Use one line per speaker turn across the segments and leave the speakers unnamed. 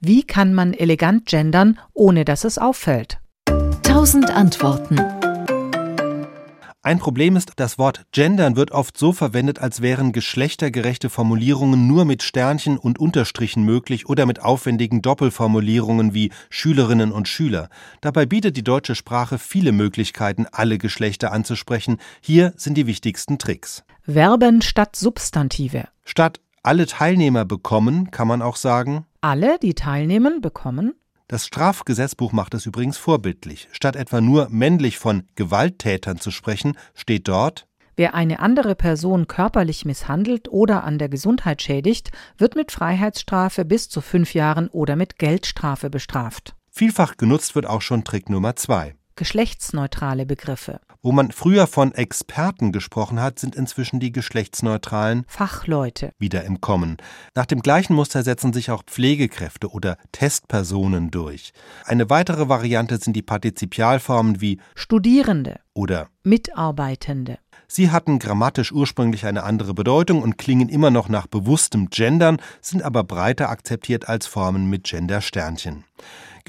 Wie kann man elegant gendern, ohne dass es auffällt?
Tausend Antworten.
Ein Problem ist, das Wort gendern wird oft so verwendet, als wären geschlechtergerechte Formulierungen nur mit Sternchen und Unterstrichen möglich oder mit aufwendigen Doppelformulierungen wie Schülerinnen und Schüler. Dabei bietet die deutsche Sprache viele Möglichkeiten, alle Geschlechter anzusprechen. Hier sind die wichtigsten Tricks.
Verben statt Substantive.
Statt alle Teilnehmer bekommen, kann man auch sagen,
Alle, die teilnehmen, bekommen
das Strafgesetzbuch macht es übrigens vorbildlich. Statt etwa nur männlich von Gewalttätern zu sprechen, steht dort
Wer eine andere Person körperlich misshandelt oder an der Gesundheit schädigt, wird mit Freiheitsstrafe bis zu fünf Jahren oder mit Geldstrafe bestraft.
Vielfach genutzt wird auch schon Trick Nummer zwei.
Geschlechtsneutrale Begriffe.
Wo man früher von Experten gesprochen hat, sind inzwischen die geschlechtsneutralen
Fachleute.
wieder im Kommen. Nach dem gleichen Muster setzen sich auch Pflegekräfte oder Testpersonen durch. Eine weitere Variante sind die Partizipialformen wie
Studierende.
oder.
Mitarbeitende.
Sie hatten grammatisch ursprünglich eine andere Bedeutung und klingen immer noch nach bewusstem Gendern, sind aber breiter akzeptiert als Formen mit Gendersternchen.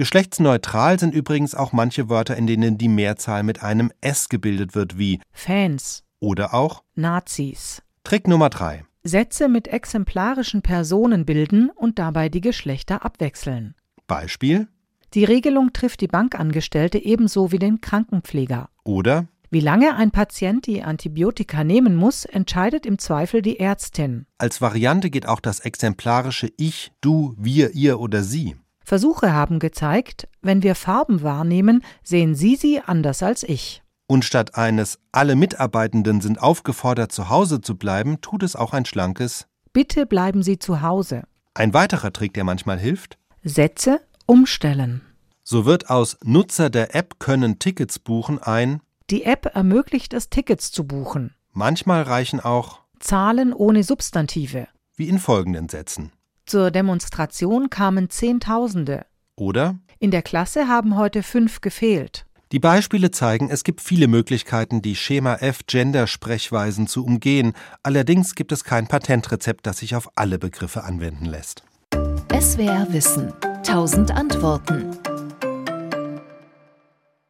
Geschlechtsneutral sind übrigens auch manche Wörter, in denen die Mehrzahl mit einem S gebildet wird, wie
Fans.
oder auch.
Nazis.
Trick Nummer 3.
Sätze mit exemplarischen Personen bilden und dabei die Geschlechter abwechseln.
Beispiel
Die Regelung trifft die Bankangestellte ebenso wie den Krankenpfleger.
oder
Wie lange ein Patient die Antibiotika nehmen muss, entscheidet im Zweifel die Ärztin.
Als Variante geht auch das exemplarische Ich, Du, Wir, Ihr oder Sie.
Versuche haben gezeigt, wenn wir Farben wahrnehmen, sehen Sie sie anders als ich.
Und statt eines Alle Mitarbeitenden sind aufgefordert, zu Hause zu bleiben, tut es auch ein schlankes.
Bitte bleiben Sie zu Hause.
Ein weiterer Trick, der manchmal hilft.
Sätze umstellen.
So wird aus Nutzer der App können Tickets buchen ein.
Die App ermöglicht es, Tickets zu buchen.
Manchmal reichen auch,
Zahlen ohne Substantive.
wie in folgenden Sätzen.
Zur Demonstration kamen Zehntausende.
Oder?
In der Klasse haben heute fünf gefehlt.
Die Beispiele zeigen, es gibt viele Möglichkeiten, die Schema F Gender-Sprechweisen zu umgehen. Allerdings gibt es kein Patentrezept, das sich auf alle Begriffe anwenden lässt.
SWR Wissen. Tausend Antworten.